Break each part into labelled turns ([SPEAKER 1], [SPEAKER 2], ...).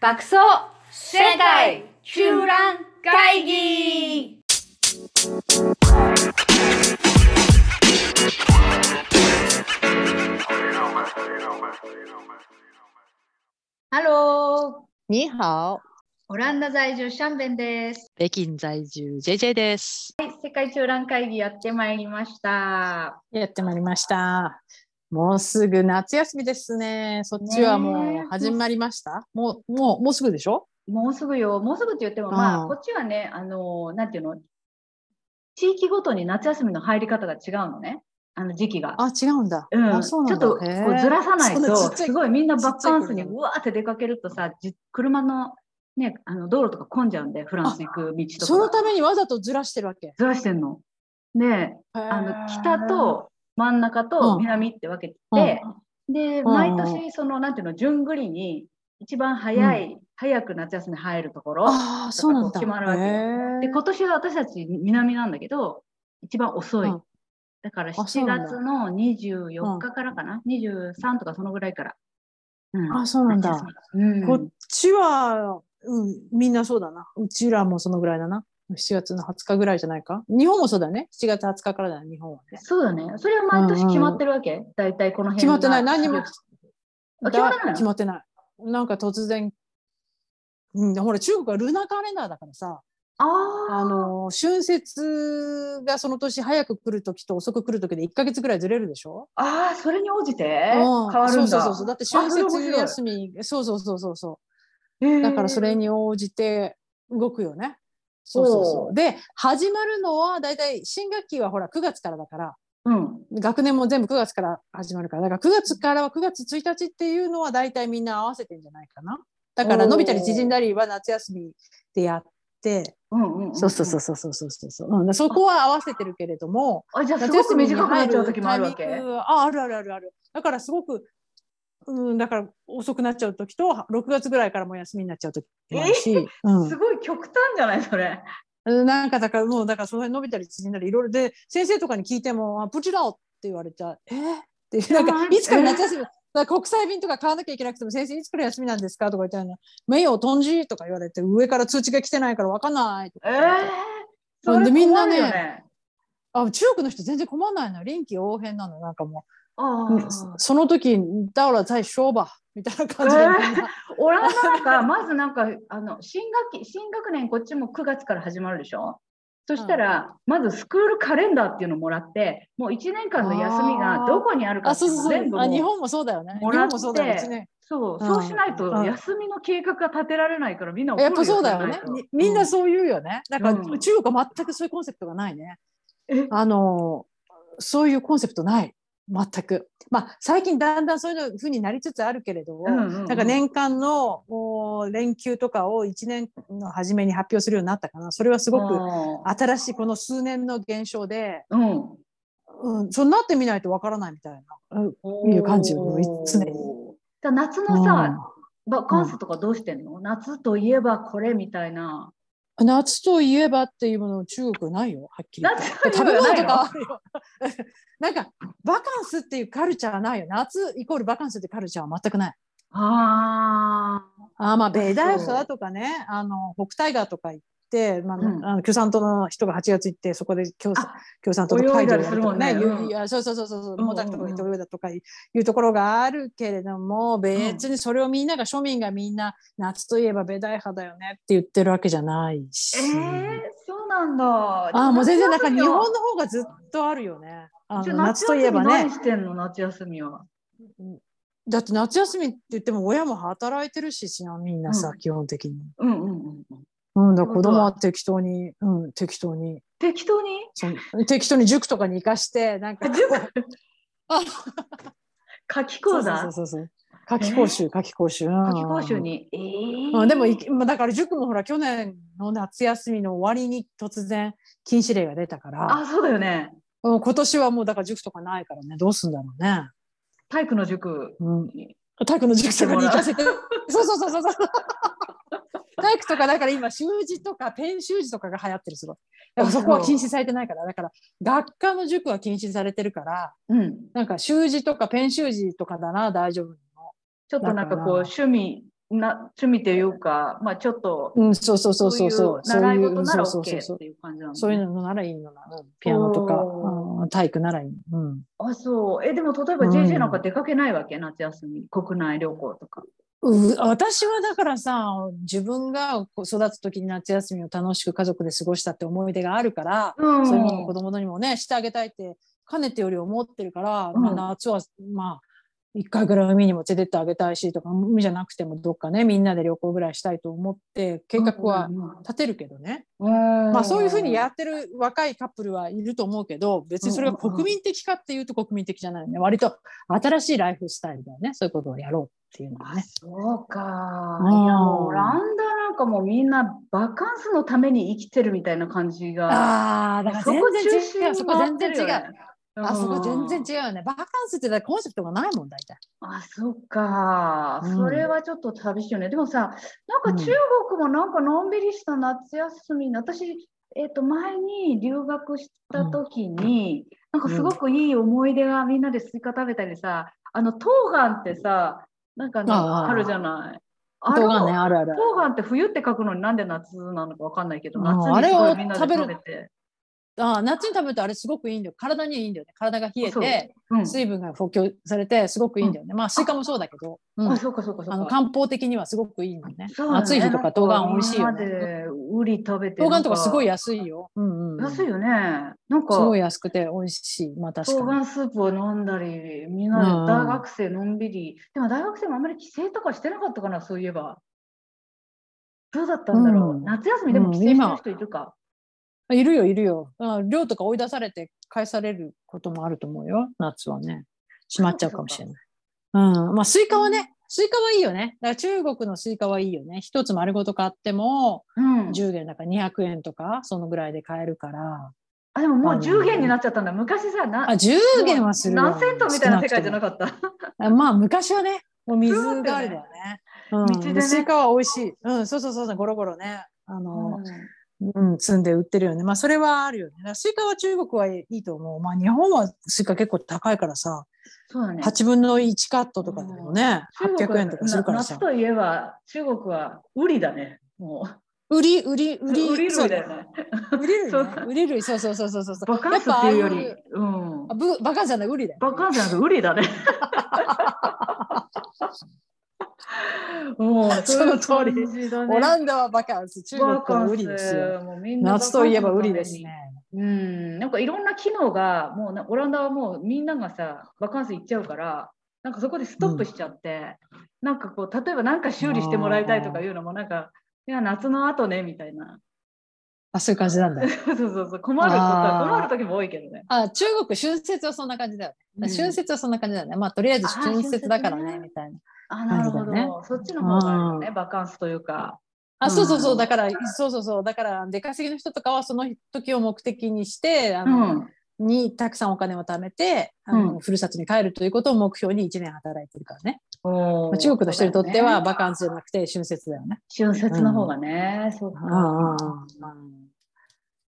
[SPEAKER 1] 爆走世界中覧会議ハロー
[SPEAKER 2] 你好，
[SPEAKER 1] オランダ在住シャンベンです。
[SPEAKER 2] 北京在住 JJ です。
[SPEAKER 1] 世界中覧会議やってまいりました。
[SPEAKER 2] やってまいりました。もうすぐ夏休みですね。そっちは
[SPEAKER 1] ね
[SPEAKER 2] も
[SPEAKER 1] え
[SPEAKER 2] う始まりました。もうもうもうすぐでしょ？
[SPEAKER 1] もうすぐよ、もうすぐって言っても、まあ、
[SPEAKER 2] うん
[SPEAKER 1] こっちはね、あの、なんていうの、地域ごとに夏休みの入り方が違うのね、あの時期が。
[SPEAKER 2] あ、違うんだ。
[SPEAKER 1] うん、
[SPEAKER 2] あ
[SPEAKER 1] ち
[SPEAKER 2] そ
[SPEAKER 1] ょ
[SPEAKER 2] うなん
[SPEAKER 1] っ
[SPEAKER 2] だ
[SPEAKER 1] とこ
[SPEAKER 2] へえ
[SPEAKER 1] うずらさない
[SPEAKER 2] そんなちっ
[SPEAKER 1] と、
[SPEAKER 2] ちゃい
[SPEAKER 1] すごいみんなバッカンスに
[SPEAKER 2] ちっちゃい頃
[SPEAKER 1] うわーって出かけるとさ、じ車の,、ね、あの道路とか混んじゃうんで、フランス行く道とかが。
[SPEAKER 2] そのためにわざとずらしてるわけ。
[SPEAKER 1] ずらしてんの。で、あの北と真ん中と
[SPEAKER 2] うん
[SPEAKER 1] 南って分けて、で、
[SPEAKER 2] うん
[SPEAKER 1] 毎年、その、なんていうの、順繰りに、一番早い、早く夏休み入るところ。
[SPEAKER 2] ああ、そうなんだ。
[SPEAKER 1] 決まるわけよで
[SPEAKER 2] へえ
[SPEAKER 1] 今年は私たち南なんだけど一番遅い、
[SPEAKER 2] うん
[SPEAKER 1] だから
[SPEAKER 2] あそ
[SPEAKER 1] 7
[SPEAKER 2] うなんだ
[SPEAKER 1] 月の24日からかな、23とかそのぐらいから、うん
[SPEAKER 2] あ、そうなんだ
[SPEAKER 1] 夏。休みうん
[SPEAKER 2] こっちは、うん、みんなそうだな。うちらもそのぐらいだな。7月の20日ぐらいじゃないか。日本もそうだね。7月20日からだね、日本はね。
[SPEAKER 1] そうだねそれは毎年決まってるわけ、だいたいこの辺
[SPEAKER 2] 決まってない。何にも
[SPEAKER 1] があ決まってないの
[SPEAKER 2] だ決まってない。なんか突然、うん、ほら中国はルナカレンダーだからさ、
[SPEAKER 1] あー
[SPEAKER 2] あの春節がその年早く来る時と遅く来る時で1ヶ月ぐらいずれるでしょ、
[SPEAKER 1] あーそれに応じて
[SPEAKER 2] うん
[SPEAKER 1] 変わるんだ
[SPEAKER 2] そうそうそうそう。だって春
[SPEAKER 1] あそれ面
[SPEAKER 2] 節
[SPEAKER 1] 白い
[SPEAKER 2] 休み、そうそうそうそうそ
[SPEAKER 1] へー
[SPEAKER 2] う。だからそれに応じて動くよね。そうそうそ
[SPEAKER 1] おー
[SPEAKER 2] う。で、始まるのは大体新学期はほら9月からだから、
[SPEAKER 1] うん
[SPEAKER 2] 学年も全部9月から始まるから、だから9月からは9月1日っていうのは大体みんな合わせてんじゃないかな。だから
[SPEAKER 1] おー
[SPEAKER 2] 伸びたり縮んだりは夏休みでやって、
[SPEAKER 1] うんうんん
[SPEAKER 2] そうそうそうそうそうそうそうそう、うん、そこは合わせてるけれども、
[SPEAKER 1] あじゃあす
[SPEAKER 2] 夏
[SPEAKER 1] ごく
[SPEAKER 2] 休みに
[SPEAKER 1] 短くな
[SPEAKER 2] 入
[SPEAKER 1] っちゃう時もあるわ
[SPEAKER 2] タイ
[SPEAKER 1] け
[SPEAKER 2] ミングあ、あるあるあるある。だからすごく、うん、だから遅くなっちゃう時と、6月ぐらいからもう休みになっちゃう時もあるし、うん
[SPEAKER 1] すごい極端じゃないそれ
[SPEAKER 2] うんなんかだからもうだからその辺伸びたり縮んだりいろいろで先生とかに聞いても「あプチラオ」って言われちゃう「えーっていうなん
[SPEAKER 1] あ
[SPEAKER 2] か
[SPEAKER 1] ー
[SPEAKER 2] いつから夏休みだから国際便とか買わなきゃいけなくても先生いつから休みなんですかとか言ったら「名誉とんじ」とか言われて上から通知が来てないから分かんないとか
[SPEAKER 1] え
[SPEAKER 2] 言われて、
[SPEAKER 1] ー、それ
[SPEAKER 2] でみんな
[SPEAKER 1] 困
[SPEAKER 2] ね
[SPEAKER 1] るよね
[SPEAKER 2] あ中国の人全然困んないのよ臨機応変なのなんかも
[SPEAKER 1] あ
[SPEAKER 2] う、
[SPEAKER 1] あ
[SPEAKER 2] その時「だから最初ば」みたいな感じでみんな、
[SPEAKER 1] オランダなんか、まずなんか、あの、新学期、新学年こっちも9月から始まるでしょそしたら、まずスクールカレンダーっていうのもらって、もう1年間の休みがどこにあるか
[SPEAKER 2] あ
[SPEAKER 1] って
[SPEAKER 2] そう
[SPEAKER 1] いうの
[SPEAKER 2] そう
[SPEAKER 1] を
[SPEAKER 2] そう
[SPEAKER 1] 全部も
[SPEAKER 2] あ
[SPEAKER 1] う
[SPEAKER 2] 日本もそうだよね日
[SPEAKER 1] もらっ
[SPEAKER 2] 本
[SPEAKER 1] て
[SPEAKER 2] もそうだようちね
[SPEAKER 1] そう、
[SPEAKER 2] うん
[SPEAKER 1] そうしないと
[SPEAKER 2] うん
[SPEAKER 1] 休みの計画が立てられないからみんな怒る
[SPEAKER 2] やっぱそうだよね。みみんなそう言うよね。だから
[SPEAKER 1] うん
[SPEAKER 2] 中国は全くそういうコンセプトがないね
[SPEAKER 1] え。
[SPEAKER 2] あのそういうコンセプトない全く。まあ最近だんだんそういうふうになりつつあるけれど、
[SPEAKER 1] うんうんうん
[SPEAKER 2] なんか年間のお連休とかを1年の初めに発表するようになったかな。それはす
[SPEAKER 1] す
[SPEAKER 2] ごく新しいこの数年の現象で、
[SPEAKER 1] うん。
[SPEAKER 2] うん、そうなってみないとわからないみたいな。うんいう感じをい常に
[SPEAKER 1] だから夏のさ、
[SPEAKER 2] う
[SPEAKER 1] バカンスとかどうしてんの、夏といえばこれみたいな。
[SPEAKER 2] ん夏といえばっていうもの中国はないよ、はっきり言って。
[SPEAKER 1] 夏といえば
[SPEAKER 2] 食べ物
[SPEAKER 1] ない
[SPEAKER 2] と
[SPEAKER 1] の
[SPEAKER 2] かはあるよ。 なんかバカンスっていうカルチャーはないよ。夏イコールバカンスっていうカルチャーは全くない。
[SPEAKER 1] あ
[SPEAKER 2] あーまあベイダイ
[SPEAKER 1] そう
[SPEAKER 2] ソだとかね、あの北タイガーとか行って、まあ
[SPEAKER 1] うん
[SPEAKER 2] あの共産党の人が8月行ってそこで共産
[SPEAKER 1] あ
[SPEAKER 2] 共産党の会議をやるとかね、
[SPEAKER 1] 泳いだりするもんねうん
[SPEAKER 2] いやそうそうそうそうそう、
[SPEAKER 1] んうん
[SPEAKER 2] 毛沢東が行って泳いだとかいうところがあるけれども、別にそれをみんなが庶民がみんな夏といえばベイダイ派だよねって言ってるわけじゃないし。
[SPEAKER 1] ー。えー、そうなんだ。
[SPEAKER 2] ああもう全然なんか
[SPEAKER 1] 夏休
[SPEAKER 2] 日
[SPEAKER 1] みは
[SPEAKER 2] 本の方がずっとあるよね。あ
[SPEAKER 1] じゃ
[SPEAKER 2] の
[SPEAKER 1] あ
[SPEAKER 2] 夏といえば
[SPEAKER 1] 夏休み
[SPEAKER 2] ね
[SPEAKER 1] 何。してんの夏休みは。
[SPEAKER 2] だって夏休みって言っても親も働いてるしなみんなさ、
[SPEAKER 1] うん
[SPEAKER 2] 基本的に。
[SPEAKER 1] うんうんうんうん。
[SPEAKER 2] うんだか
[SPEAKER 1] 本
[SPEAKER 2] ら子
[SPEAKER 1] 当は
[SPEAKER 2] 供は適当に、うん、適当に
[SPEAKER 1] 適当に
[SPEAKER 2] その適当に塾とかに行かしてなんかこうあ
[SPEAKER 1] 夏期
[SPEAKER 2] そ
[SPEAKER 1] 講
[SPEAKER 2] うそう
[SPEAKER 1] 座
[SPEAKER 2] そうそうそう夏期講習夏期講習
[SPEAKER 1] 夏期講習
[SPEAKER 2] に、
[SPEAKER 1] に。えー
[SPEAKER 2] うん、でもいきまあだから塾もほら去年の夏休みの終わりに突然禁止令が出たから、
[SPEAKER 1] あ、そうだよね。
[SPEAKER 2] うん、今年はもうだから塾とかないからねどうすんだろうね。
[SPEAKER 1] 体育の塾
[SPEAKER 2] うん
[SPEAKER 1] に。
[SPEAKER 2] 体育の塾とかに行かせて。そうそうそうそうそう。体育とかだから今習字とかペン習字とかが流行ってるすごい。だからそこは禁止されてないからだから学科の塾は禁止されてるから
[SPEAKER 1] うん。
[SPEAKER 2] なんか習字とかペン習字とかだな大丈夫。
[SPEAKER 1] ちょっとなんかこう
[SPEAKER 2] だから
[SPEAKER 1] 趣味な趣味というか、まあ、ちょっと
[SPEAKER 2] うん、そうそうそうそうそう。
[SPEAKER 1] そういう習い事なら
[SPEAKER 2] そうそう
[SPEAKER 1] OK
[SPEAKER 2] そ
[SPEAKER 1] っ
[SPEAKER 2] う
[SPEAKER 1] ていう感じな
[SPEAKER 2] そ
[SPEAKER 1] の
[SPEAKER 2] う。そういうのならいいのな。うんピアノとか、
[SPEAKER 1] お
[SPEAKER 2] うん体育ならいいの。うん。
[SPEAKER 1] あそうえでも例えば
[SPEAKER 2] うん
[SPEAKER 1] JJ なんか出かけないわけ、夏休み国内旅行とか。
[SPEAKER 2] う私はだからさ自分がこう育つ時に夏休みを楽しく家族で過ごしたって思い出があるから、
[SPEAKER 1] うん
[SPEAKER 2] そういうのを子供にもねしてあげたいってかねてより思ってるから、
[SPEAKER 1] うん
[SPEAKER 2] まあ、夏はまあ一回ぐらい海にも連れてってあげたいしとか海じゃなくてもどっかねみんなで旅行ぐらいしたいと思って計画は立てるけどね、ま
[SPEAKER 1] ま
[SPEAKER 2] あ、そういうふうにやってる若いカップルはいると思うけど別にそれが国民的かっていうと国民的じゃないよね割と新しいライフスタイルだよねそういうことをやろうっていうのは
[SPEAKER 1] あ
[SPEAKER 2] ね。
[SPEAKER 1] そうか。
[SPEAKER 2] うん
[SPEAKER 1] いや、オランダなんかもうみんなバカンスのために生きてるみたいな感じが。
[SPEAKER 2] ああ、だから
[SPEAKER 1] そこ
[SPEAKER 2] 全
[SPEAKER 1] 中
[SPEAKER 2] 然違
[SPEAKER 1] 心
[SPEAKER 2] う。
[SPEAKER 1] に
[SPEAKER 2] そこ
[SPEAKER 1] 回
[SPEAKER 2] 全
[SPEAKER 1] って
[SPEAKER 2] 然
[SPEAKER 1] るよ
[SPEAKER 2] 違
[SPEAKER 1] ね
[SPEAKER 2] う。あそこ全然。違うよね。バカンスってだからコンセプトがないもん、大体。
[SPEAKER 1] うんあ、そっか。
[SPEAKER 2] うん
[SPEAKER 1] それはちょっと寂しいよね。でもさ、なんか中国もなんかのんびりした夏休みに、私、えっ、と、前に留学した時に、なんかすごくいい思い出がみんなでスイカ食べたりさ、あの、トーガンってさ、なんかあの
[SPEAKER 2] あー
[SPEAKER 1] あるじゃない。あれ
[SPEAKER 2] 音
[SPEAKER 1] を
[SPEAKER 2] がね、あるある。
[SPEAKER 1] 冬瓜って冬って書くのになんで夏なのかわかんないけど、
[SPEAKER 2] うん
[SPEAKER 1] 夏にすごいみんなで食べて。
[SPEAKER 2] あー夏に食べるとあれすごくいいんだよ。体にいいんだよね。体が冷えて、
[SPEAKER 1] うん、
[SPEAKER 2] 水分が補給されて、すごくいいんだよね。まあ、スイカもそうだけど、うん
[SPEAKER 1] あ、そうかそうかそうか。
[SPEAKER 2] あの漢方的にはすごくいいのね。
[SPEAKER 1] そうだね
[SPEAKER 2] 暑い日とか冬瓜美味しいよ
[SPEAKER 1] なんかみんな
[SPEAKER 2] ね。
[SPEAKER 1] でウリ食べて。
[SPEAKER 2] 冬瓜とかすごい
[SPEAKER 1] なん
[SPEAKER 2] 安いよ。うんうん、
[SPEAKER 1] 安い
[SPEAKER 2] す
[SPEAKER 1] よね。なんか、
[SPEAKER 2] ごい安くて美味しい。まあ、確
[SPEAKER 1] 冬
[SPEAKER 2] かに。
[SPEAKER 1] 瓜スープを飲んだり、みん
[SPEAKER 2] う
[SPEAKER 1] なんで大学生のんびり。でも大学生もあんまり帰省とかしてなかったかな、そういえば。どうだったんだろう。
[SPEAKER 2] うん
[SPEAKER 1] 夏休みでも帰省してる人いるか。
[SPEAKER 2] いるよ、いるよ。あ寮とか追い出されて返されることもあると思うよ、夏はね。しまっちゃうかもしれない。うん。まあ、スイカはね、スイカはいいよね。だから中国のスイカはいいよね。一つ丸ごと買っても、
[SPEAKER 1] うん。
[SPEAKER 2] 10元だから200円とか、そのぐらいで買えるから。
[SPEAKER 1] あ、でももう10元になっちゃったんだ。昔さ、な
[SPEAKER 2] あ、10元はするわ
[SPEAKER 1] 何セントみたいな世界じゃな
[SPEAKER 2] か
[SPEAKER 1] かった。
[SPEAKER 2] った。まあ、昔はね、もう水代わりだよね。うん、
[SPEAKER 1] 道でね
[SPEAKER 2] スイカは美味しい。うん、そうそうそうそう、ゴロゴロね。あの、
[SPEAKER 1] うん
[SPEAKER 2] うん、積んで売ってるよね。まあ、それはあるよね。だからスイカは中国はいいと思う。まあ、日本はスイカ結構高いからさ、
[SPEAKER 1] そうだね。
[SPEAKER 2] 8分の1カットとかでもね、
[SPEAKER 1] 中国
[SPEAKER 2] 800円とかするから
[SPEAKER 1] な
[SPEAKER 2] さ
[SPEAKER 1] 夏。といえば、中国はウリだね。も
[SPEAKER 2] 売り、売り、
[SPEAKER 1] う。
[SPEAKER 2] 売り、
[SPEAKER 1] ウリ
[SPEAKER 2] そう
[SPEAKER 1] 類だよね。
[SPEAKER 2] 売り 類、
[SPEAKER 1] そう
[SPEAKER 2] ね。売り類、そうそうそうそうそうそう。
[SPEAKER 1] バカンスっていうよ
[SPEAKER 2] や
[SPEAKER 1] り
[SPEAKER 2] っぱ、
[SPEAKER 1] うん
[SPEAKER 2] ああ。いう。ぶバカンスじゃない、売りだよ。
[SPEAKER 1] バカンスじゃなくてウリだね。もう、
[SPEAKER 2] その通 り
[SPEAKER 1] そういう感じだね
[SPEAKER 2] オランダはバカンス、中国
[SPEAKER 1] バカ
[SPEAKER 2] は
[SPEAKER 1] ンス
[SPEAKER 2] 売りですよ。
[SPEAKER 1] もうみんなバカン
[SPEAKER 2] 夏
[SPEAKER 1] スの
[SPEAKER 2] と
[SPEAKER 1] ため
[SPEAKER 2] い
[SPEAKER 1] に
[SPEAKER 2] えば売りですね。。
[SPEAKER 1] うん、なんかいろんな機能が、もうなオランダはもうみんながさ、バカンス行っちゃうから、なんかそこでストップしちゃって、なんかこう、例えばなんか修理してもらいたいとかいうのも、なんか、いや、夏の後ね、みたいな。
[SPEAKER 2] あ、そういう感じなんだ。
[SPEAKER 1] そうそうそう、困ることは
[SPEAKER 2] あー
[SPEAKER 1] 困る時も多いけどね。
[SPEAKER 2] あ、中国、春節はそんな感じだよね。
[SPEAKER 1] うん
[SPEAKER 2] 春節はそんな感じだよね。まあ、とりあえず
[SPEAKER 1] あー
[SPEAKER 2] 春節だから
[SPEAKER 1] 春
[SPEAKER 2] ね、
[SPEAKER 1] 節ね
[SPEAKER 2] みたいな。
[SPEAKER 1] あ、なるほど。
[SPEAKER 2] なるほ
[SPEAKER 1] そっちの方があるよね、バカンスというか。
[SPEAKER 2] あ、そうそうそうう、
[SPEAKER 1] ん
[SPEAKER 2] だから、そうそうそう、だから、出稼ぎの人とかは、その時を目的にして、あ
[SPEAKER 1] う
[SPEAKER 2] の、
[SPEAKER 1] ん。
[SPEAKER 2] にたくさんお金を貯めて、あの、
[SPEAKER 1] うん
[SPEAKER 2] ふるさとに帰るということを目標に1年働いてるからね。
[SPEAKER 1] お
[SPEAKER 2] まあ
[SPEAKER 1] ー
[SPEAKER 2] 中国の人にとっては、バカン
[SPEAKER 1] そ
[SPEAKER 2] スじゃなくて、春節だよね。
[SPEAKER 1] うだね春節の方がね、そうか。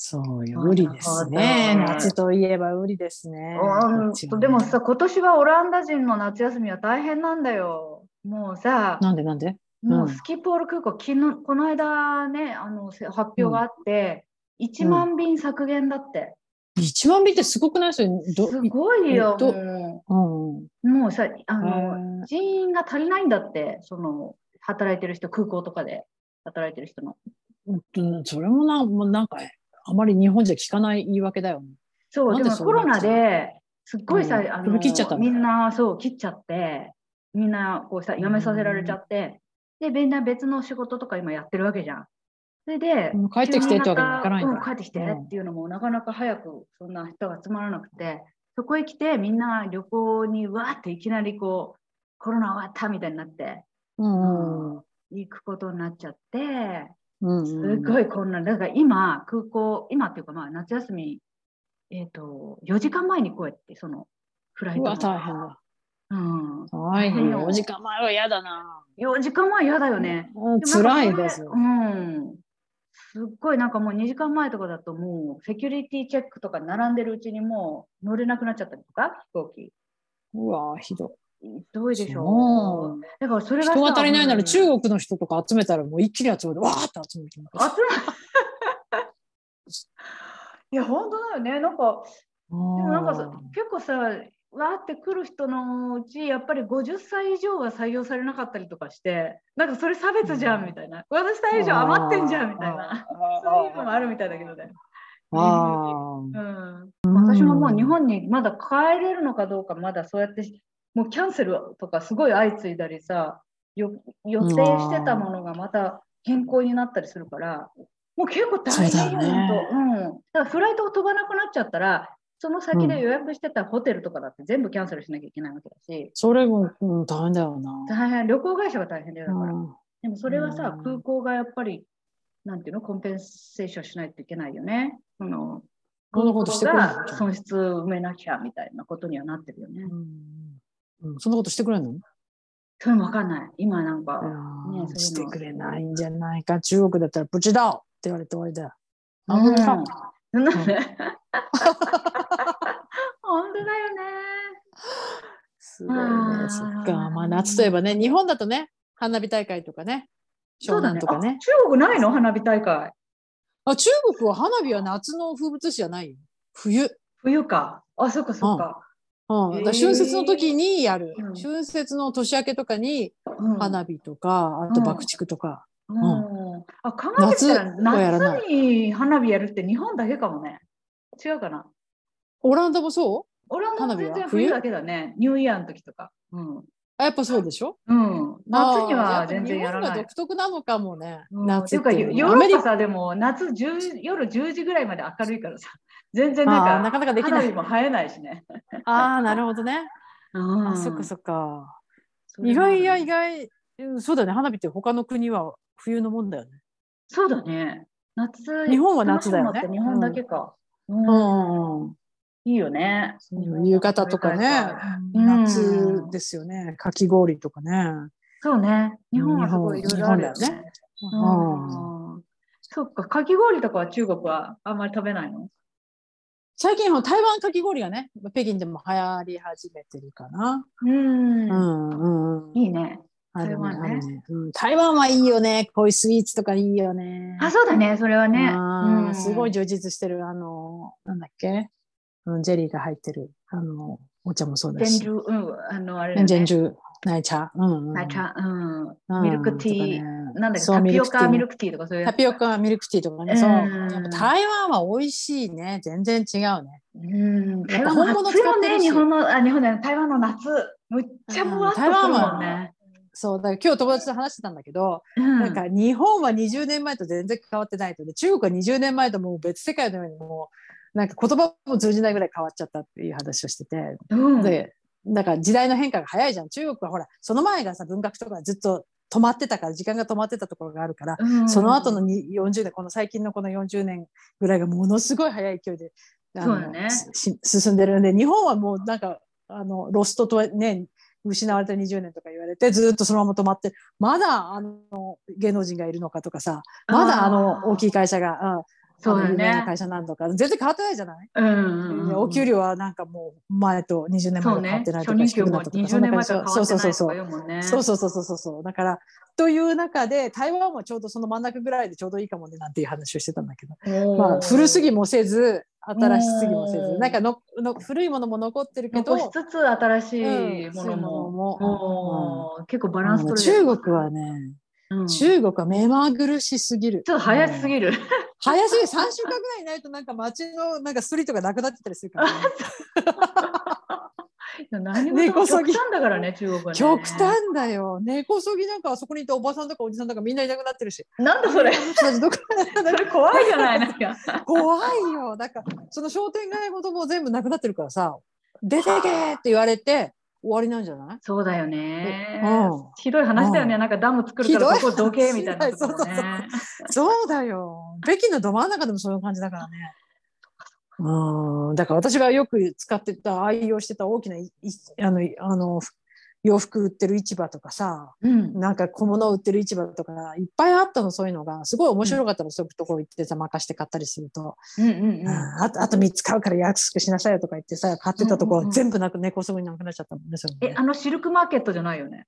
[SPEAKER 2] そうよ、
[SPEAKER 1] なるほど
[SPEAKER 2] 売りですね。夏といえば売りですね。こっち
[SPEAKER 1] う
[SPEAKER 2] は
[SPEAKER 1] ん
[SPEAKER 2] ね
[SPEAKER 1] でもさ、今年はオランダ人の夏休みは大変なんだよ。もうさ、
[SPEAKER 2] なんでなんで
[SPEAKER 1] も
[SPEAKER 2] ん
[SPEAKER 1] うスキポール空港、昨日この間ね、あのせ発表があって、1万便削減だって。
[SPEAKER 2] ?1 万尾ってすごくないですよ。ど
[SPEAKER 1] すごいよ、
[SPEAKER 2] ど
[SPEAKER 1] も
[SPEAKER 2] うん。
[SPEAKER 1] うもうさあ
[SPEAKER 2] あ
[SPEAKER 1] の、人員が足りないんだって、その働いてる人、空港とかで働いてる人の。
[SPEAKER 2] うんそれもなんもうなんか、あまり日本じゃ聞かない言い訳だよね。
[SPEAKER 1] そう、
[SPEAKER 2] なん
[SPEAKER 1] で
[SPEAKER 2] で
[SPEAKER 1] も
[SPEAKER 2] そ
[SPEAKER 1] コ
[SPEAKER 2] うな
[SPEAKER 1] ロ
[SPEAKER 2] っちゃ
[SPEAKER 1] ナ
[SPEAKER 2] う
[SPEAKER 1] ですっごいさ、
[SPEAKER 2] うん
[SPEAKER 1] あの
[SPEAKER 2] 首切っちゃったんだ
[SPEAKER 1] みんなそう切っちゃって、みんなこうさ辞めさせられちゃって、で、みんな別の仕事とか今やってるわけじゃん。それで、
[SPEAKER 2] もう帰ってきてってわけにはいかないんだ
[SPEAKER 1] うん帰ってきてっていうのも、なかなか早くそんな人が集まらなくて、そこへ来て、みんな旅行にわーっていきなりこう、コロナ終わったみたいになって、
[SPEAKER 2] うんうん
[SPEAKER 1] 行くことになっちゃって、
[SPEAKER 2] うん。
[SPEAKER 1] す
[SPEAKER 2] す
[SPEAKER 1] ごい混乱。だから今、空港、今っていうか、まあ、夏休み、えっ、と、4時間前にこうやって、その、フライト
[SPEAKER 2] う
[SPEAKER 1] の。
[SPEAKER 2] わ、大変だ。
[SPEAKER 1] うん。
[SPEAKER 2] 大変
[SPEAKER 1] う
[SPEAKER 2] よ。
[SPEAKER 1] ん
[SPEAKER 2] お時間前は嫌だな。
[SPEAKER 1] 4時間前嫌だよね。
[SPEAKER 2] うん
[SPEAKER 1] もなんか
[SPEAKER 2] 辛いです
[SPEAKER 1] そ
[SPEAKER 2] よ
[SPEAKER 1] れ。うん。すっごいなんかもう2時間前とかだともうセキュリティチェックとか並んでるうちにもう乗れなくなっちゃったりとか飛行機。
[SPEAKER 2] うわ、ひど
[SPEAKER 1] ひどいでし
[SPEAKER 2] そ
[SPEAKER 1] ょ
[SPEAKER 2] う
[SPEAKER 1] だからそれが
[SPEAKER 2] 人が足りないなら中
[SPEAKER 1] 国
[SPEAKER 2] 国の人とか集めたらもう一気に集めてわーって集めてます。
[SPEAKER 1] いや本当だよねなんかでもなんかさ結構さわーって来る人のうちやっぱり50歳以上は採用されなかったりとかしてなんかそれ差別じゃ
[SPEAKER 2] うん
[SPEAKER 1] んみたいな、50歳以上余ってんじゃんみたいなそういうのもあるみたいだけどね、
[SPEAKER 2] あ
[SPEAKER 1] う
[SPEAKER 2] ー
[SPEAKER 1] ん、私ももう日本にまだ帰れるのかどうかまだそうやってもうキャンセルとかすごい相次いだりさよ予定してたものがまた変更になったりするからもう結構大変よ
[SPEAKER 2] そうだよね
[SPEAKER 1] 本当うん、だからフライトを飛ばなくなっちゃったらその先で予約してたホテルとかだって全部キャンセルしなきゃいけないわけだし、
[SPEAKER 2] それも、うん、大変だよな。
[SPEAKER 1] 大変旅行会社が大変だよだから、
[SPEAKER 2] うん
[SPEAKER 1] でもそれはさ、
[SPEAKER 2] うん
[SPEAKER 1] 空港がやっぱりなんていうのコンペンセーションしないといけないよね。その
[SPEAKER 2] こんなことしてくれる
[SPEAKER 1] 空港が損失を埋めなきゃみたいなことにはなってるよね。
[SPEAKER 2] うんうんそんなことしてくれんの、
[SPEAKER 1] それもわかんない。今なんか、ねそういうの
[SPEAKER 2] してくれないんじゃないか。中国だったらブチだって言われて終わりだよ。
[SPEAKER 1] うん
[SPEAKER 2] 危ない
[SPEAKER 1] なんで 本当だよね。
[SPEAKER 2] すごいね
[SPEAKER 1] あ。ー
[SPEAKER 2] そっか。まあ夏といえばね、日本だとね、花火大会とかね、湘
[SPEAKER 1] そうだ
[SPEAKER 2] 南
[SPEAKER 1] ね
[SPEAKER 2] とか
[SPEAKER 1] あ
[SPEAKER 2] ね。
[SPEAKER 1] 中国ないの花火大会。
[SPEAKER 2] あ中国は花火は夏の風物詩じゃないよ。冬。
[SPEAKER 1] 冬か。あ、そっかそっか。
[SPEAKER 2] うん、だから春節の時にやる、
[SPEAKER 1] へーうん
[SPEAKER 2] 春節の年明けとかに
[SPEAKER 1] うん
[SPEAKER 2] 花火とか、あと爆竹とか、
[SPEAKER 1] うんあ、考えてみたら
[SPEAKER 2] 夏はやらない
[SPEAKER 1] 夏に花火やるって日本だけかもね。違うかな。
[SPEAKER 2] オランダもそ
[SPEAKER 1] オランダも全
[SPEAKER 2] 花火は
[SPEAKER 1] 然
[SPEAKER 2] 冬
[SPEAKER 1] 冬だけだね。ニューイヤーの時とか。うん。
[SPEAKER 2] うあやっぱそうでしょ
[SPEAKER 1] うん、夏に
[SPEAKER 2] あー
[SPEAKER 1] は
[SPEAKER 2] っぱ
[SPEAKER 1] 全然やら
[SPEAKER 2] 日本
[SPEAKER 1] な
[SPEAKER 2] が
[SPEAKER 1] い。
[SPEAKER 2] 独特なのかもね、
[SPEAKER 1] うん
[SPEAKER 2] 夏って
[SPEAKER 1] て
[SPEAKER 2] いう
[SPEAKER 1] か
[SPEAKER 2] の
[SPEAKER 1] ヨ
[SPEAKER 2] は
[SPEAKER 1] ー
[SPEAKER 2] アメ
[SPEAKER 1] ロッ
[SPEAKER 2] リ
[SPEAKER 1] パさでも夏10夜10時ぐらいまで明るいからさ 全然
[SPEAKER 2] カ
[SPEAKER 1] なん
[SPEAKER 2] あーな
[SPEAKER 1] か
[SPEAKER 2] かなかできな
[SPEAKER 1] 花
[SPEAKER 2] い
[SPEAKER 1] 火も生えないしね。
[SPEAKER 2] ああなるほどね、
[SPEAKER 1] あ
[SPEAKER 2] あそっかそっか
[SPEAKER 1] それ
[SPEAKER 2] 意
[SPEAKER 1] もある
[SPEAKER 2] 外や意外、うん、そうだね花火って他の国は冬のもんだよね
[SPEAKER 1] そうだね。夏
[SPEAKER 2] 日本は夏だよね
[SPEAKER 1] 楽しむのって日本だけか。うん
[SPEAKER 2] うん、うん
[SPEAKER 1] いいよね。
[SPEAKER 2] 夕方とかね、
[SPEAKER 1] うん
[SPEAKER 2] 夏ですよねかき氷とかね、
[SPEAKER 1] そうね。日本はすごいいろいろあるよ
[SPEAKER 2] 日本だよ
[SPEAKER 1] ね。
[SPEAKER 2] うん
[SPEAKER 1] うんそっかかき氷とかは中国はあんまり食べないの
[SPEAKER 2] 最近は台湾かき氷がね、北京でも流行り始めてるかな。
[SPEAKER 1] うん
[SPEAKER 2] うんうんうん。
[SPEAKER 1] いいね。
[SPEAKER 2] ある
[SPEAKER 1] 台湾ね
[SPEAKER 2] あるうん台湾はいいよね。こういうスイーツとかいいよね。
[SPEAKER 1] あそうだねそれはね。
[SPEAKER 2] うん
[SPEAKER 1] うん
[SPEAKER 2] すごい充実してる。あの、なんだっけあのジェリーが入ってる。あの、お茶もそうだ
[SPEAKER 1] 全
[SPEAKER 2] し。
[SPEAKER 1] 粒、うん、あの、あれだ
[SPEAKER 2] 全
[SPEAKER 1] よね。
[SPEAKER 2] 然中、奶茶。うんうん。
[SPEAKER 1] あちゃん、
[SPEAKER 2] うん
[SPEAKER 1] ミルクティー
[SPEAKER 2] とかね
[SPEAKER 1] なんだっけ、
[SPEAKER 2] そう
[SPEAKER 1] タピオ
[SPEAKER 2] ミルクティ
[SPEAKER 1] カ
[SPEAKER 2] ー
[SPEAKER 1] ミルクティーとかそういうや
[SPEAKER 2] タ
[SPEAKER 1] つ。
[SPEAKER 2] ピオカミルクティーとかね。そう。
[SPEAKER 1] うん
[SPEAKER 2] やっぱ台湾は美味しいね。全然違うね。
[SPEAKER 1] うん、
[SPEAKER 2] やっ
[SPEAKER 1] 台
[SPEAKER 2] ぱ
[SPEAKER 1] 湾
[SPEAKER 2] 本
[SPEAKER 1] の
[SPEAKER 2] 物
[SPEAKER 1] 夏よ
[SPEAKER 2] 使って
[SPEAKER 1] ね、
[SPEAKER 2] るし
[SPEAKER 1] 日本の、あ、日本だよね、台湾の夏。むっちゃぶわっとする
[SPEAKER 2] うん台
[SPEAKER 1] も
[SPEAKER 2] 湾
[SPEAKER 1] んね。
[SPEAKER 2] そう。だから今日友達と話してたんだけど、
[SPEAKER 1] うん
[SPEAKER 2] なんか日本は20年前と全然変わってないとで中国は20年前ともう別世界のようにもうなんか言葉も通じないぐらい変わっちゃったっていう話をしてて、
[SPEAKER 1] うん、
[SPEAKER 2] でだから時代の変化が早いじゃん中国はほらその前がさ文学とかずっと止まってたから時間が止まってたところがあるから、
[SPEAKER 1] うん
[SPEAKER 2] その後のに40年この最近のこの40年ぐらいがものすごい早い勢いであの
[SPEAKER 1] そうだね
[SPEAKER 2] し進んでるんで日本はもうなんかあのロストとね失われた20年とか言われてずっとそのまま止まってまだあの芸能人がいるのかとかさまだあの大きい会社が、うん、
[SPEAKER 1] そうだ
[SPEAKER 2] あの有名な
[SPEAKER 1] ね。
[SPEAKER 2] 会社なんとか全然変わってないじゃない、
[SPEAKER 1] うんうん。
[SPEAKER 2] お給
[SPEAKER 1] 料
[SPEAKER 2] 料はなんかもう前と20年前
[SPEAKER 1] そう
[SPEAKER 2] と変わ
[SPEAKER 1] ね
[SPEAKER 2] っ。てない
[SPEAKER 1] 初
[SPEAKER 2] とか
[SPEAKER 1] 任給
[SPEAKER 2] 低くな
[SPEAKER 1] も
[SPEAKER 2] ったとか
[SPEAKER 1] 20年前から変
[SPEAKER 2] そ
[SPEAKER 1] わって
[SPEAKER 2] うそう
[SPEAKER 1] な
[SPEAKER 2] そう
[SPEAKER 1] い
[SPEAKER 2] そ
[SPEAKER 1] と
[SPEAKER 2] う
[SPEAKER 1] か言うもんね。
[SPEAKER 2] そうそうそうそうそうそう。だから、という中で、台湾もちょうどその真ん中ぐらいでちょうどいいかもねなんていう話をしてたんだけど、
[SPEAKER 1] おー
[SPEAKER 2] まあ、古すぎもせず、新しすぎもせ
[SPEAKER 1] う
[SPEAKER 2] ず、
[SPEAKER 1] ん
[SPEAKER 2] なんかのの古いものも残ってるけど、
[SPEAKER 1] 残しつつ新しい
[SPEAKER 2] うん
[SPEAKER 1] ものも。
[SPEAKER 2] も
[SPEAKER 1] おー結構バ
[SPEAKER 2] う
[SPEAKER 1] ラン
[SPEAKER 2] ん
[SPEAKER 1] ス取れてる
[SPEAKER 2] 中国はね、
[SPEAKER 1] うんちょっ
[SPEAKER 2] 中国は目まぐるしすぎる。
[SPEAKER 1] と早すぎる。
[SPEAKER 2] 早すぎる3週間ぐらいいないとなんか街のなんかストリートがなくなってたりするからね、
[SPEAKER 1] 何
[SPEAKER 2] 根
[SPEAKER 1] 事
[SPEAKER 2] こ
[SPEAKER 1] も
[SPEAKER 2] そ
[SPEAKER 1] 極
[SPEAKER 2] ぎ
[SPEAKER 1] 端だからね、中国はね。
[SPEAKER 2] 極端だよ根こそぎなんかあそこにいたおばさんとかおじさんとかみんないなくなってるし
[SPEAKER 1] なんだそ れ。
[SPEAKER 2] 人たちどこ
[SPEAKER 1] それ怖いじゃないなんか。
[SPEAKER 2] 怖いよ。だから、その商店街ごとも全部なくなってるからさ、出てけって言われて終わりなんじゃない
[SPEAKER 1] そうだよね。
[SPEAKER 2] うん
[SPEAKER 1] ひどい話だよね。なんかダム作るから
[SPEAKER 2] ひど
[SPEAKER 1] こ
[SPEAKER 2] い
[SPEAKER 1] こどけみたいなところね。
[SPEAKER 2] そうそうだよ。北京のど真ん中でもそういう感じだからね。うん。だから私がよく使ってた、愛用してた大きない、いあの、いあの、ふ洋服売ってる市場とかさ、
[SPEAKER 1] うん
[SPEAKER 2] なんか小物売ってる市場とか、いっぱいあったの、そういうのが。すごい面白かったの、そういうところ行ってさ、任して買ったりすると、
[SPEAKER 1] うんうん
[SPEAKER 2] あ
[SPEAKER 1] うん
[SPEAKER 2] ーあと、あと3つ買うから安くしなさいよとか言ってさ、買ってたとこ、
[SPEAKER 1] うんうんうん
[SPEAKER 2] 全部なく、猫すぐになくなっちゃったもんね、それも
[SPEAKER 1] え
[SPEAKER 2] ね
[SPEAKER 1] あのシルクマーケットじゃないよね。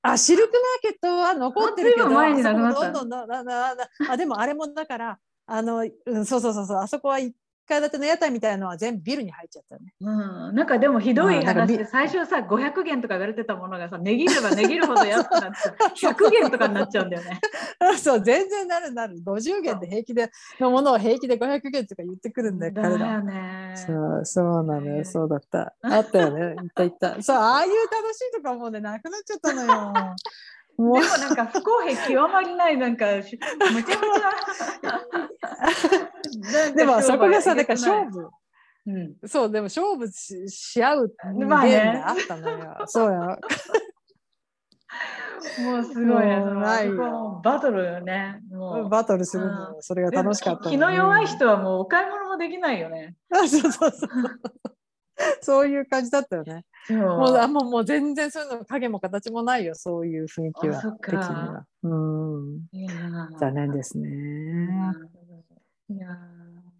[SPEAKER 2] あ、シルクマーケットは残ってるけ
[SPEAKER 1] あ
[SPEAKER 2] ど、
[SPEAKER 1] 随分前になくなった
[SPEAKER 2] あそこどんどんななななあ、でもあれもだから、あの、うん、そうそうそうそう、あそこは一階建ての屋台みたいなのは全部ビルに入っちゃったよね。
[SPEAKER 1] うん、なんかでもひどい
[SPEAKER 2] まあなんか
[SPEAKER 1] 話
[SPEAKER 2] び
[SPEAKER 1] で最初さ500元とか言われてたものがさ値切れば値切るほど安く なって100元とかになっちゃうんだよね。
[SPEAKER 2] あそう、全然なるなる。50元で平気で、のものを平気で500元とか言ってくるんだよ、
[SPEAKER 1] だ
[SPEAKER 2] 彼ら。
[SPEAKER 1] よね。
[SPEAKER 2] そう、そうなの
[SPEAKER 1] ね
[SPEAKER 2] よ、そうだった。あったよね、 いったいった。そう、ああいう楽しいとかもうね、なくなっちゃった のよ。
[SPEAKER 1] で
[SPEAKER 2] も
[SPEAKER 1] も
[SPEAKER 2] う
[SPEAKER 1] なんか不公平極まりないなんかしむちゃくちゃ
[SPEAKER 2] でもそこ がさ、だから勝
[SPEAKER 1] 負、
[SPEAKER 2] 負。
[SPEAKER 1] うん、
[SPEAKER 2] そう、でも勝負しし合うゲーム
[SPEAKER 1] まあね
[SPEAKER 2] があった のよ。そうよ。
[SPEAKER 1] もうすごいね
[SPEAKER 2] もう
[SPEAKER 1] その
[SPEAKER 2] ないよ
[SPEAKER 1] あそこはもうバトルよねもう
[SPEAKER 2] バトルするのよそれが楽しかったの
[SPEAKER 1] 気
[SPEAKER 2] よ
[SPEAKER 1] の弱い人はもうお買い物もできないよね。
[SPEAKER 2] あそうそうそう そういう感じだったよね
[SPEAKER 1] そう
[SPEAKER 2] もうあもうもう全然そういうの影も形もないよそういう雰囲気
[SPEAKER 1] あ
[SPEAKER 2] は
[SPEAKER 1] そっか
[SPEAKER 2] 的にはうん
[SPEAKER 1] いやー
[SPEAKER 2] 残念ですね、
[SPEAKER 1] いや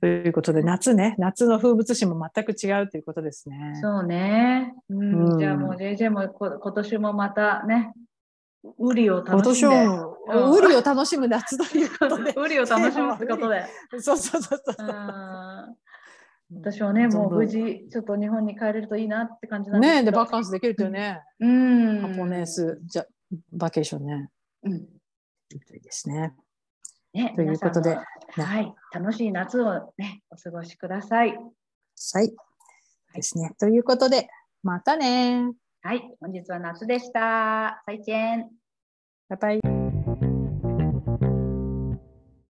[SPEAKER 2] ということで夏ね夏の風物詩も全く違うということですね
[SPEAKER 1] ーそうね、うん
[SPEAKER 2] うん
[SPEAKER 1] じゃあもう JJ もこ今年もまたねウリを
[SPEAKER 2] 今
[SPEAKER 1] 楽し
[SPEAKER 2] 年
[SPEAKER 1] んで
[SPEAKER 2] も
[SPEAKER 1] うん
[SPEAKER 2] ウリを楽しむ夏ということ で
[SPEAKER 1] ウリを楽しむってことで。
[SPEAKER 2] そうそうそうそううん
[SPEAKER 1] 私はね、もう無事、ちょっと日本に帰れるといいなって感じなん
[SPEAKER 2] ね
[SPEAKER 1] け
[SPEAKER 2] で
[SPEAKER 1] ど
[SPEAKER 2] バカンスできるとね、
[SPEAKER 1] うん。
[SPEAKER 2] ハポネースじゃバケーションね
[SPEAKER 1] うん。
[SPEAKER 2] いいですね
[SPEAKER 1] ね、
[SPEAKER 2] ということ
[SPEAKER 1] 皆
[SPEAKER 2] で
[SPEAKER 1] さんもはい、楽しい夏をね、お過ごしください。
[SPEAKER 2] はい。ですね。ということで、またね。
[SPEAKER 1] はい、本日は夏でした。再见。
[SPEAKER 2] バイバイ。